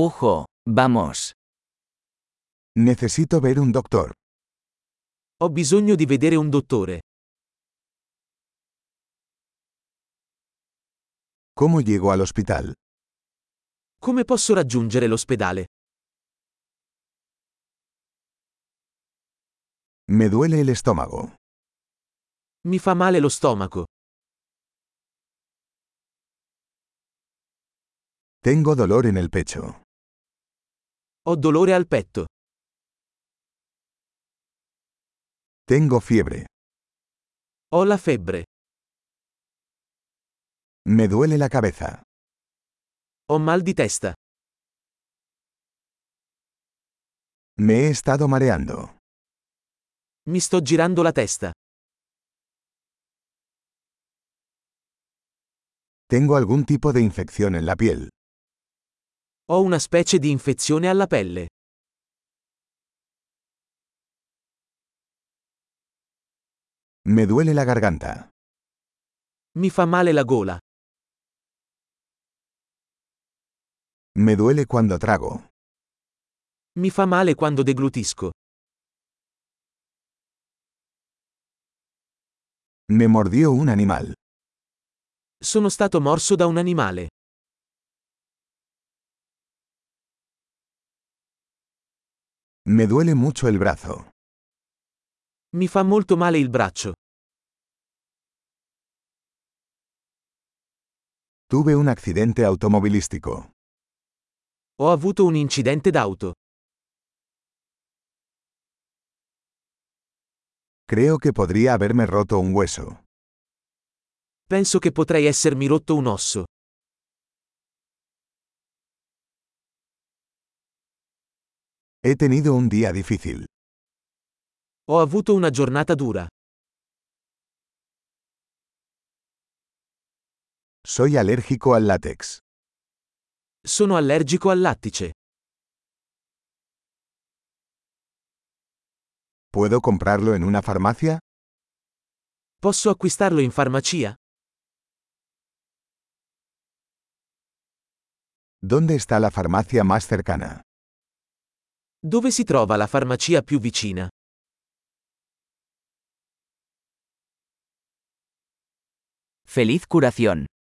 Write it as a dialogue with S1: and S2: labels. S1: Ujo, vamos.
S2: Necesito ver un doctor.
S3: Ho bisogno di vedere un dottore.
S2: ¿Cómo llego al hospital?
S3: Come posso raggiungere l'ospedale?
S2: Me duele el estómago.
S3: Mi fa male lo stomaco.
S2: Tengo dolor en el pecho.
S3: Ho dolore al petto.
S2: Tengo fiebre.
S3: Ho la febbre.
S2: Me duele la cabeza.
S3: Ho mal di testa.
S2: Me he estado mareando.
S3: Mi sto girando la testa.
S2: Tengo algún tipo de infección en la piel.
S3: Ho una specie di infezione alla pelle.
S2: Me duele la garganta.
S3: Mi fa male la gola.
S2: Me duele cuando trago.
S3: Mi fa male quando deglutisco.
S2: Me mordió un animal.
S3: Sono stato morso da un animale.
S2: Me duele mucho el brazo.
S3: Mi fa molto male il braccio.
S2: Tuve un accidente automovilístico.
S3: Ho avuto un incidente d'auto.
S2: Creo que podría haberme roto un hueso.
S3: Penso che potrei essermi rotto un osso.
S2: He tenido un día difícil.
S3: Ho avuto una giornata dura.
S2: Soy alérgico al látex.
S3: Sono allergico al lattice.
S2: ¿Puedo comprarlo en una farmacia?
S3: Posso acquistarlo in farmacia?
S2: ¿Dónde está la farmacia más cercana?
S3: Dove si trova la farmacia più vicina?
S1: Feliz curación.